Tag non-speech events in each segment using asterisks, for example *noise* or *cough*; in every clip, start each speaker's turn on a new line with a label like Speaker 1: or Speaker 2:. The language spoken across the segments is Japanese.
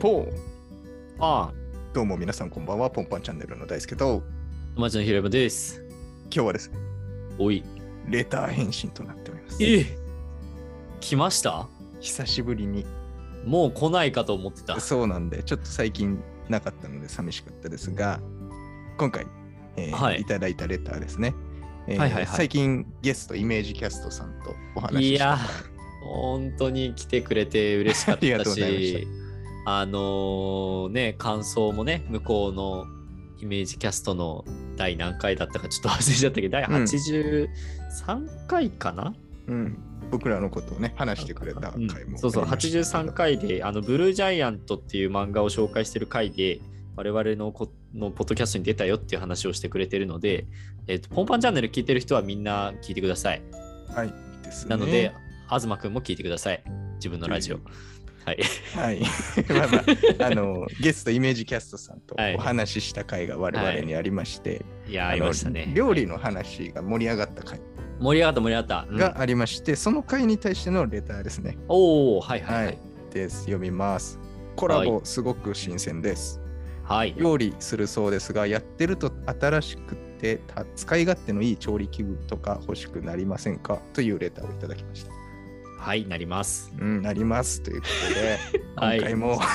Speaker 1: と、
Speaker 2: ああ、
Speaker 1: どうも皆さんこんばんは、ポンパンチャンネルの大輔と、
Speaker 2: 友達の平山です。
Speaker 1: 今日はですね、
Speaker 2: おい。
Speaker 1: レター返信となっております。
Speaker 2: え来ました
Speaker 1: 久しぶりに。
Speaker 2: もう来ないかと思ってた。
Speaker 1: そうなんで、ちょっと最近なかったので寂しかったですが、今回、えー
Speaker 2: はい
Speaker 1: い、ただいたレターですね。えー
Speaker 2: はいはいはい
Speaker 1: 最近ゲストイメージキャストさんとお話し
Speaker 2: い
Speaker 1: した
Speaker 2: や本当に来てくれて嬉しかっ
Speaker 1: ありが
Speaker 2: た
Speaker 1: とうございま
Speaker 2: し
Speaker 1: し、
Speaker 2: あのーね、感想もね、向こうのイメージキャストの第何回だったかちょっと忘れちゃったけど、第83回かな、
Speaker 1: うん、僕らのことをね話してくれた
Speaker 2: うん
Speaker 1: 回も、
Speaker 2: そうそう、83回で、あの、ブルージャイアントっていう漫画を紹介してる回で、我々のこのポッドキャストに出たよっていう話をしてくれてるので、えっとポンパンチャンネル聞いてる人はみんな聞いてください。
Speaker 1: はいですね
Speaker 2: なので、東くんも聞いてください。自分のラジオ。はい。
Speaker 1: はい *laughs* まあまああのゲストイメージキャストさんと
Speaker 2: はい
Speaker 1: お話しした回が我々にありまして、
Speaker 2: いやー、
Speaker 1: あ
Speaker 2: あり
Speaker 1: の
Speaker 2: ましたね。
Speaker 1: 料理の話が盛り上がった回
Speaker 2: 盛り上がった盛り上がった。うん
Speaker 1: がありまして、その回に対してのレターですね
Speaker 2: おおはいはいは
Speaker 1: はい
Speaker 2: い。
Speaker 1: です読みますコラボ
Speaker 2: は
Speaker 1: すごく新鮮です、
Speaker 2: はい。
Speaker 1: 料理するそうですがやってると新しくてた使い勝手のいい調理器具とか欲しくなりませんかというレターをいただきました
Speaker 2: はい、なります。
Speaker 1: うん、なりますということで、
Speaker 2: はい
Speaker 1: 今回も、
Speaker 2: *laughs*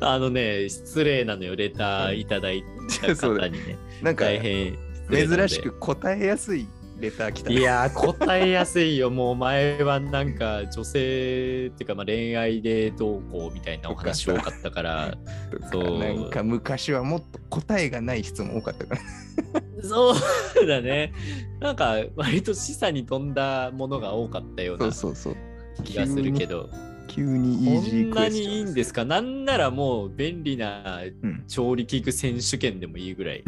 Speaker 2: あのね、失礼なのよ、レターいただいた
Speaker 1: *laughs* そう
Speaker 2: 方
Speaker 1: だ
Speaker 2: にね。
Speaker 1: なんか
Speaker 2: 大変失礼なの
Speaker 1: 珍
Speaker 2: で
Speaker 1: しく。答えやすいレター来た
Speaker 2: いやー、答えやすいよ。もう前はなんか女性っていうか、まあ、恋愛でどうこうみたいなお話
Speaker 1: よ
Speaker 2: 多
Speaker 1: か
Speaker 2: かったから。
Speaker 1: とか
Speaker 2: そう
Speaker 1: なんか昔はもっと答えがない質問多かったから、
Speaker 2: *laughs* そうだね。なんか割と示唆に富んだものが多かったような
Speaker 1: そうそうそう
Speaker 2: 気がするけど。
Speaker 1: 急にイージ
Speaker 2: こ
Speaker 1: ー
Speaker 2: ん
Speaker 1: ク
Speaker 2: な
Speaker 1: エス
Speaker 2: に
Speaker 1: チョン
Speaker 2: いいんですかなんならもう便利な
Speaker 1: うん
Speaker 2: 調理器具選手権でもいいぐらい。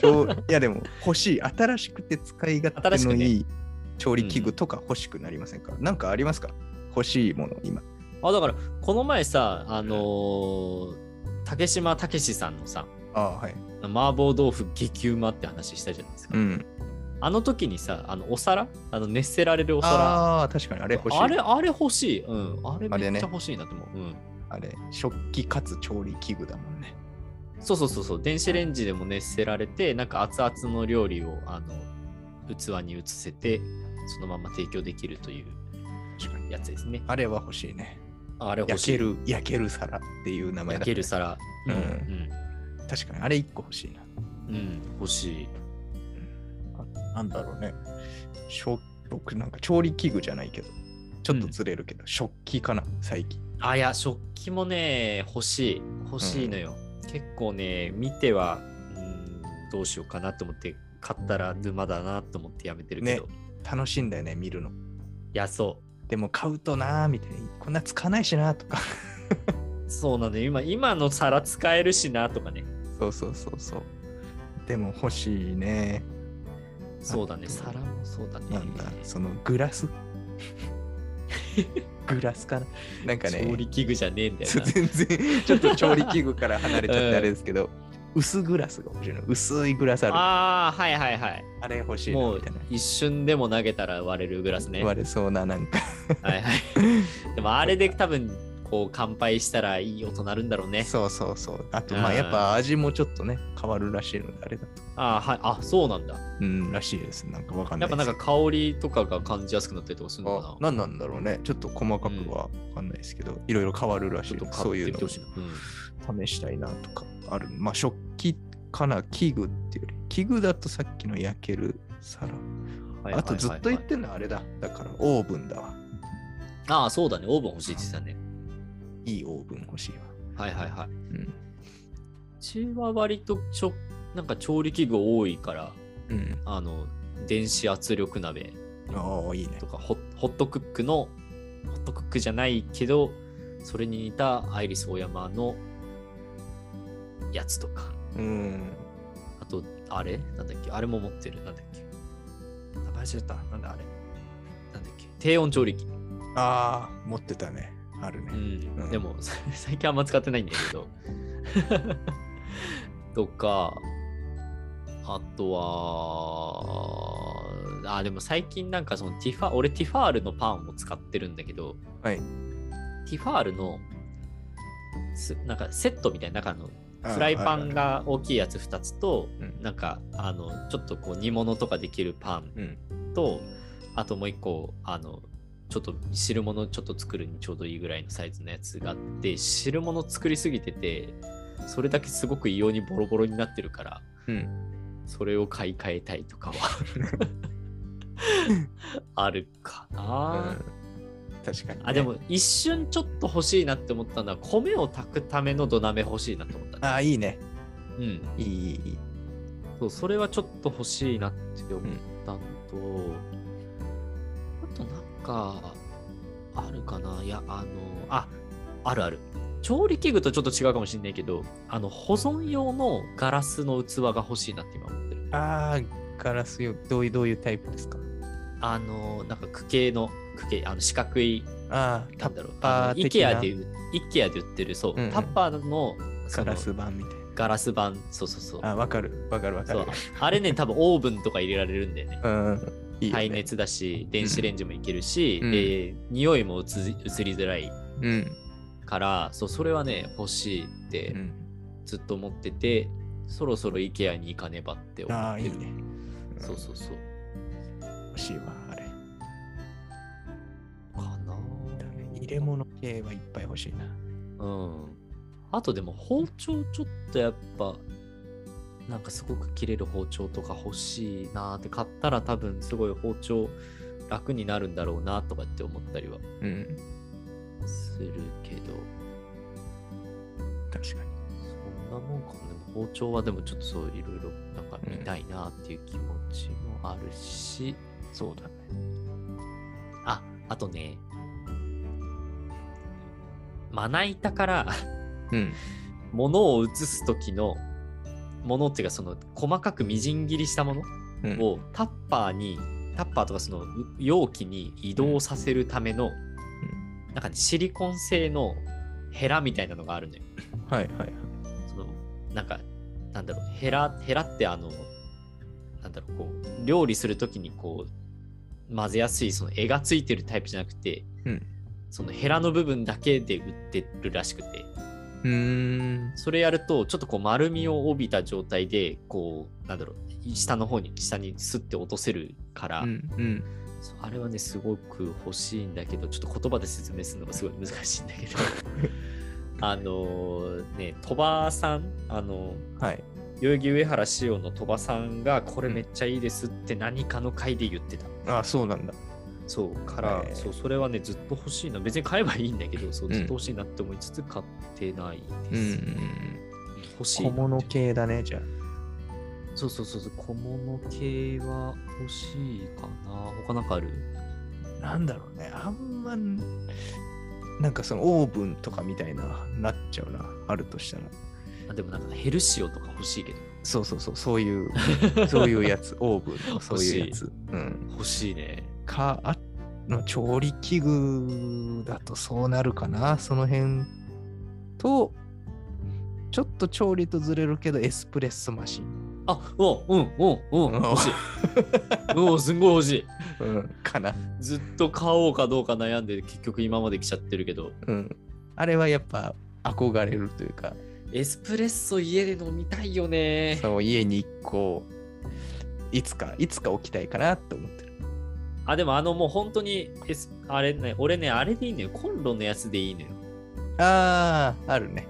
Speaker 1: 調いやでも欲しい新しくて使い勝手のいい調理器具とか欲しくなりませんか、なんかありますか欲しいもの今
Speaker 2: あだからこの前さ、あのー竹島武史さんのさ、
Speaker 1: ああはい
Speaker 2: 麻婆豆腐激うまって話したじゃないですか。
Speaker 1: うん
Speaker 2: あの時にさ、あのお皿あの熱せられるお皿。あ
Speaker 1: ああ確かにあれ欲しい
Speaker 2: れあれ欲しい。うん。あれ
Speaker 1: あれね
Speaker 2: めっちゃ欲しいなと思う。うん。
Speaker 1: あれ食器かつ調理器具だもんね
Speaker 2: そうそうそうそう電子レンジでも熱せられてなんか熱々の料理をあの器に移せてそのまま提供できるという
Speaker 1: 確かに
Speaker 2: やつですね
Speaker 1: あれは欲しいね
Speaker 2: あれ欲
Speaker 1: 焼
Speaker 2: しい
Speaker 1: ける焼ける皿っていう名前だ
Speaker 2: 焼ける皿
Speaker 1: うん
Speaker 2: うん
Speaker 1: 確かにあれ一個欲しいな
Speaker 2: うん、うん、欲しい
Speaker 1: なんだろうね食僕なんか調理器具じゃないけどちょっとずれるけど、食器かな最近
Speaker 2: あいや食器もね欲しい欲しいのよ、結構ね見てはうんどうしようかなと思って買ったら沼だなと思ってやめてるけど、
Speaker 1: 楽しいんだよね見るの
Speaker 2: いやそう
Speaker 1: でも買うとなーみたいにこんなつかないしなーとか *laughs*
Speaker 2: そうなんだよ今今の皿使えるしなとかね
Speaker 1: そうそうそうそうでも欲しいね
Speaker 2: そうだね
Speaker 1: あと
Speaker 2: 皿もそうだね
Speaker 1: なんだそのグラ *laughs* スグラスかななんかね
Speaker 2: 調理器具じゃねえんだよ
Speaker 1: そう全然ちょっと調理器具から離れちゃっ
Speaker 2: うん
Speaker 1: てあれですけど、 *laughs* 薄グラスが欲しいの薄いグラスある
Speaker 2: な。
Speaker 1: あ
Speaker 2: ああ、はいはいはい。
Speaker 1: れ欲しいな
Speaker 2: も
Speaker 1: み
Speaker 2: う
Speaker 1: たいな
Speaker 2: 一瞬でも投げたら割れるグラスね。は
Speaker 1: 割れそうななん *laughs* か、
Speaker 2: いはい。でもあれで多分、こう乾杯したらいい音なるんだろう
Speaker 1: *laughs*
Speaker 2: ね。
Speaker 1: そうそうそうあとま
Speaker 2: う
Speaker 1: あ
Speaker 2: ん
Speaker 1: やっぱ味もちょっとね変わるらしいのであれだと
Speaker 2: ああ、はい。あ、そうなんだ。
Speaker 1: うんらしいですなんかわかんな
Speaker 2: や
Speaker 1: いで
Speaker 2: っぱ
Speaker 1: す
Speaker 2: なんか香りとかが感じやすくなったりとかするのか
Speaker 1: あ
Speaker 2: な。
Speaker 1: 何なんだろうねちょっと細かくはわかんないですけど、いろいろ変わるらし
Speaker 2: ちょ
Speaker 1: い
Speaker 2: っと
Speaker 1: そう
Speaker 2: 買っ
Speaker 1: い
Speaker 2: て
Speaker 1: う
Speaker 2: み
Speaker 1: の
Speaker 2: て
Speaker 1: を
Speaker 2: ほしいな。うん
Speaker 1: 試したいなとかあるまあ食器かな器具っていうより器具だとさっきの焼ける皿
Speaker 2: はいはいはいはい
Speaker 1: あとずっと言ってんのはあれだだからオーブンだわ
Speaker 2: ああ、そうだね。オーブン欲しいって言ってたね。
Speaker 1: いいオーブン欲しいわ。
Speaker 2: はいはいはい。
Speaker 1: うん。
Speaker 2: うちは割とちょ、なんか調理器具多いから、
Speaker 1: うん、
Speaker 2: あの、電子圧力鍋。
Speaker 1: ああ、いいね
Speaker 2: と。かホホットクックのホットクックじゃないけどそれに似たアイリスオーヤマのやつとか
Speaker 1: うん。
Speaker 2: あとあれなんだっけあれも持ってるなんだっけ名前知ったなんだあれなんだっけ低温調理器、
Speaker 1: ああ、持ってたね。ある
Speaker 2: う
Speaker 1: ね。
Speaker 2: ん
Speaker 1: うん
Speaker 2: でも *laughs* 最近あんま使ってないんだけど *laughs* とかあとはあでも最近なんかそのティファ俺ティファールのパンを使ってるんだけど
Speaker 1: はい。
Speaker 2: ティファールのすなんかセットみたいななんかあのフライパンが大きいやつ2つと、
Speaker 1: うん
Speaker 2: なんかあのちょっとこう煮物とかできるパン
Speaker 1: うん。
Speaker 2: とあともう一個あのちょっと汁物ちょっと作るにちょうどいいぐらいのサイズのやつがあって汁物作りすぎててそれだけすごく異様にボロボロになってるから
Speaker 1: うん。
Speaker 2: それを買い替えたいとかはあるかな、
Speaker 1: 確かに、ね。
Speaker 2: あで。も一瞬ちょっと欲しいなって思ったのは米を炊くための土鍋欲しいなと思ったね、
Speaker 1: ああ、いいね。
Speaker 2: うん
Speaker 1: いい、いい、いい。
Speaker 2: そうそれはちょっと欲しいなって思ったのと、あとなんかあるかないやあのああるある調理器具とちょっと違うかもしれないけどあの保存用のガラスの器が欲しいなって今思ってる
Speaker 1: ああ、ガラスよ。どういう、どういうタイプですか
Speaker 2: あのなんか区形の区形あの四角い
Speaker 1: ああ、
Speaker 2: な
Speaker 1: タ
Speaker 2: んだろう
Speaker 1: ッパー
Speaker 2: イ
Speaker 1: 的
Speaker 2: ケ
Speaker 1: な
Speaker 2: アで売イケアで売ってるそう、
Speaker 1: うんうん
Speaker 2: タッパーのそ
Speaker 1: ガ
Speaker 2: の
Speaker 1: ラス板みたい
Speaker 2: ガラス板そうそうそう
Speaker 1: な。ああ、わかる。わかる、わか
Speaker 2: そう
Speaker 1: る。
Speaker 2: あれね多分オーブンとか入れられるんだよね
Speaker 1: うん。いいよ、ね。
Speaker 2: 耐。熱だし電子レンジもいけるし、
Speaker 1: うん
Speaker 2: えー匂いもうつ移りづらい
Speaker 1: うん。
Speaker 2: からそうそれはね欲しいって
Speaker 1: うん、
Speaker 2: ずっと思ってて、そろそろ IKEA に行かねばって思
Speaker 1: あ
Speaker 2: っ
Speaker 1: あ、
Speaker 2: て
Speaker 1: い
Speaker 2: る
Speaker 1: いね。
Speaker 2: そうそうそう
Speaker 1: うん。欲しいわ、あれ。
Speaker 2: かな
Speaker 1: だね入れ物系はいっぱい欲しいな。
Speaker 2: うんあとでも包丁ちょっとやっぱなんかすごく切れる包丁とか欲しいなーって買ったら多分すごい包丁楽になるんだろうなとかって思ったりは
Speaker 1: うん。
Speaker 2: するけど
Speaker 1: 確かに。
Speaker 2: そんなもんかもね。包丁はでもちょっとそういろいろなんか見たいなっていう気持ちもあるし、
Speaker 1: そうだね。
Speaker 2: あ、あとね、まな板から *laughs*
Speaker 1: うん。
Speaker 2: 物を移す時のものっていうかその細かくみじん切りしたもの
Speaker 1: うん、
Speaker 2: をタッパーにタッパーとかその容器に移動させるための、なんかねシリコン製のヘラみたいなのがあるのよ。
Speaker 1: はいはいはい。
Speaker 2: そのなんかなんだろうヘラヘラってあのなんだろうこう料理するときにこう混ぜやすいその絵がついてるタイプじゃなくて、
Speaker 1: うん
Speaker 2: そのヘラの部分だけで売ってるらしくて
Speaker 1: うーん。
Speaker 2: それやるとちょっとこう丸みを帯びた状態でこうなんだろう下の方に下にスッて落とせるから、
Speaker 1: うんうん。
Speaker 2: そうあれはねすごく欲しいんだけどちょっと言葉で説明するのがすごい難しいんだ
Speaker 1: *laughs*
Speaker 2: けどあのね鳥羽さんあの
Speaker 1: はい。
Speaker 2: 代々木上原仕様の鳥羽さんがこれめっちゃいいですって何かの回で言ってた。
Speaker 1: ああ、そうなんだ。
Speaker 2: そうから、
Speaker 1: へー
Speaker 2: そうそれはねずっと欲しいな別に買えばいいんだけどそう
Speaker 1: うん
Speaker 2: ずっと欲しいなって思いつつ買ってない
Speaker 1: うんう
Speaker 2: です、
Speaker 1: ん。
Speaker 2: 欲しいな
Speaker 1: 小
Speaker 2: って
Speaker 1: 物系だね、じゃあ。
Speaker 2: そうそうそうそう小物系は欲しいかな他なんかある
Speaker 1: なんだろうね、あんま、なんかそのオーブンとかみたいな、なっちゃうな、あるとしたら。
Speaker 2: あでもなんかヘルシオとか欲しいけど
Speaker 1: そうそうそう、そういう、そういうやつ、オーブンのそういうやつ。うん。
Speaker 2: 欲しいね
Speaker 1: か、あの調理器具だとそうなるかな、その辺と、ちょっと調理とずれるけど、エスプレッソマシン。
Speaker 2: あおうんうんうん
Speaker 1: うん
Speaker 2: *laughs* 欲しいうんすんごい欲しい
Speaker 1: うん、かな。
Speaker 2: ずっと買おうかどうか悩んで結局今まで来ちゃってるけど
Speaker 1: うん。あれはやっぱ憧れるというか、
Speaker 2: エスプレッソ家で飲みたいよね。
Speaker 1: そう家に1個、いつか、いつか置きたいかなと思ってる。
Speaker 2: あ、でもあのもう本当にエス、あれね、俺ね、あれでいいのよ。コンロのやつでいいのよ。
Speaker 1: ああ、あるね。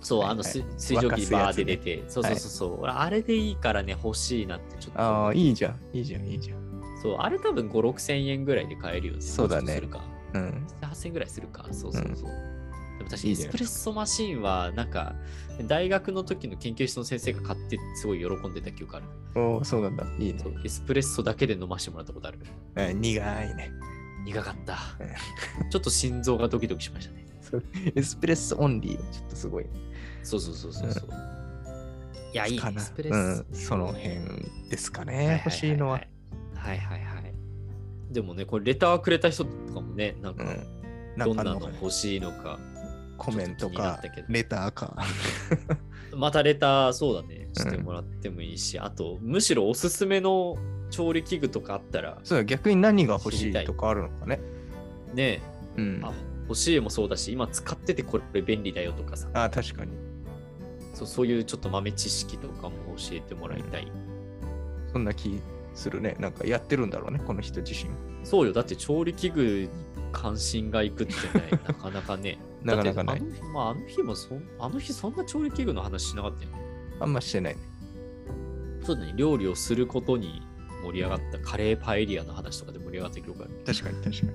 Speaker 2: そう、
Speaker 1: はい
Speaker 2: あの水
Speaker 1: は
Speaker 2: 水蒸気バーで出て、そうそう
Speaker 1: はい
Speaker 2: そうそう、俺あれでいいからね、欲しいなってちょっと。
Speaker 1: ああ、いいじゃん、いいじゃん、いいじゃん。
Speaker 2: そう、あれ多分5、6千円ぐらいで買えるよね。
Speaker 1: そうだね
Speaker 2: もちょっとするか。
Speaker 1: うん。
Speaker 2: 8千円ぐらいするか。そうそうそう。でも確か
Speaker 1: い
Speaker 2: に
Speaker 1: い
Speaker 2: エ
Speaker 1: じゃ
Speaker 2: ス
Speaker 1: ん
Speaker 2: プレッソマシンはなんか大学の時の研究室の先生が買ってすごい喜んでた記憶ある。
Speaker 1: おお、そうなんだ。いいね
Speaker 2: そ。うエスプレッソだけで飲ましてもらったことある。
Speaker 1: うん苦いね。
Speaker 2: 苦かった
Speaker 1: う。
Speaker 2: ちょっと心臓がドキドキしましたね。
Speaker 1: *laughs* エスプレッソオンリーはちょっとすごい。
Speaker 2: そうそうそうそうそう。いや、いい
Speaker 1: か
Speaker 2: ねエ
Speaker 1: な
Speaker 2: スプレ
Speaker 1: う
Speaker 2: ッソ
Speaker 1: ん。。その辺ですか
Speaker 2: ははは
Speaker 1: ね。欲しいのは。。
Speaker 2: はいはいはい。でもね、これレターくれた人とかもね、なん
Speaker 1: う
Speaker 2: か、
Speaker 1: ん。な
Speaker 2: ど
Speaker 1: ん
Speaker 2: ん
Speaker 1: か
Speaker 2: な
Speaker 1: の
Speaker 2: の欲しいのか。
Speaker 1: コメント
Speaker 2: ちょっと気になっ
Speaker 1: か
Speaker 2: たけど、
Speaker 1: レターか。
Speaker 2: またレター、そうだね、してもらってもいいし、あと、むしろおすすめの調理器具とかあったら
Speaker 1: そうだ逆に何が欲
Speaker 2: 知
Speaker 1: し
Speaker 2: りたい
Speaker 1: いとかあるのかね。
Speaker 2: ね
Speaker 1: うん
Speaker 2: あ欲しいもそうだし今使っててこれ便利だよとかさ
Speaker 1: あ確かに。
Speaker 2: そうそういうちょっと豆知識とかも教えてもらいたい、
Speaker 1: そんな気するね。なんかやってるんだろうね、この人自身。
Speaker 2: そうよだって調理器具に関心がいくってねなかなかね
Speaker 1: *laughs* なかなかない
Speaker 2: だってあの,、まあ、あの日もそんあの日そんな調理器具の話しなかったよね
Speaker 1: あんましてない。
Speaker 2: そうだね料理をすることに盛り上がったカレーパエリアの話とかで盛り上がってくるから
Speaker 1: 確かに確かに。
Speaker 2: うん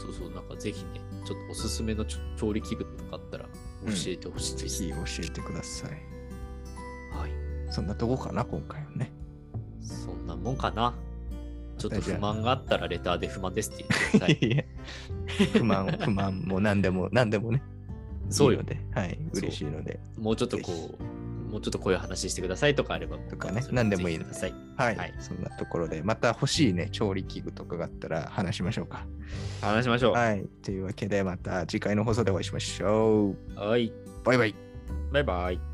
Speaker 2: そうそうなんかぜひねちょっとおすすめのちょ調理器具とかあったら教えてほしい
Speaker 1: ぜ
Speaker 2: です、
Speaker 1: ひ教えてください。
Speaker 2: はい
Speaker 1: そんなとこかな、今回はね。
Speaker 2: そんなもんかな。ちょっと不満があったらレターで不満ですって言ってください。
Speaker 1: *laughs* いや不満、不満も何でも、何でもね。
Speaker 2: そう
Speaker 1: いい
Speaker 2: よ
Speaker 1: の。で、はい、
Speaker 2: そう
Speaker 1: 嬉しいので。
Speaker 2: もうちょっとこ
Speaker 1: ぜひ
Speaker 2: う、もうちょっとこういう話してくださいとかあれば、
Speaker 1: とかね
Speaker 2: それ
Speaker 1: 何でもいいの
Speaker 2: ぜひ
Speaker 1: で
Speaker 2: ください。
Speaker 1: はい、
Speaker 2: はい
Speaker 1: そんなところで、また欲しいね、調理器具とかがあったら話しましょうか。
Speaker 2: 話しましょう。
Speaker 1: はい、というわけで、また次回の放送でお会いしましょ
Speaker 2: はい。
Speaker 1: う。バイバイ。
Speaker 2: バイバイ。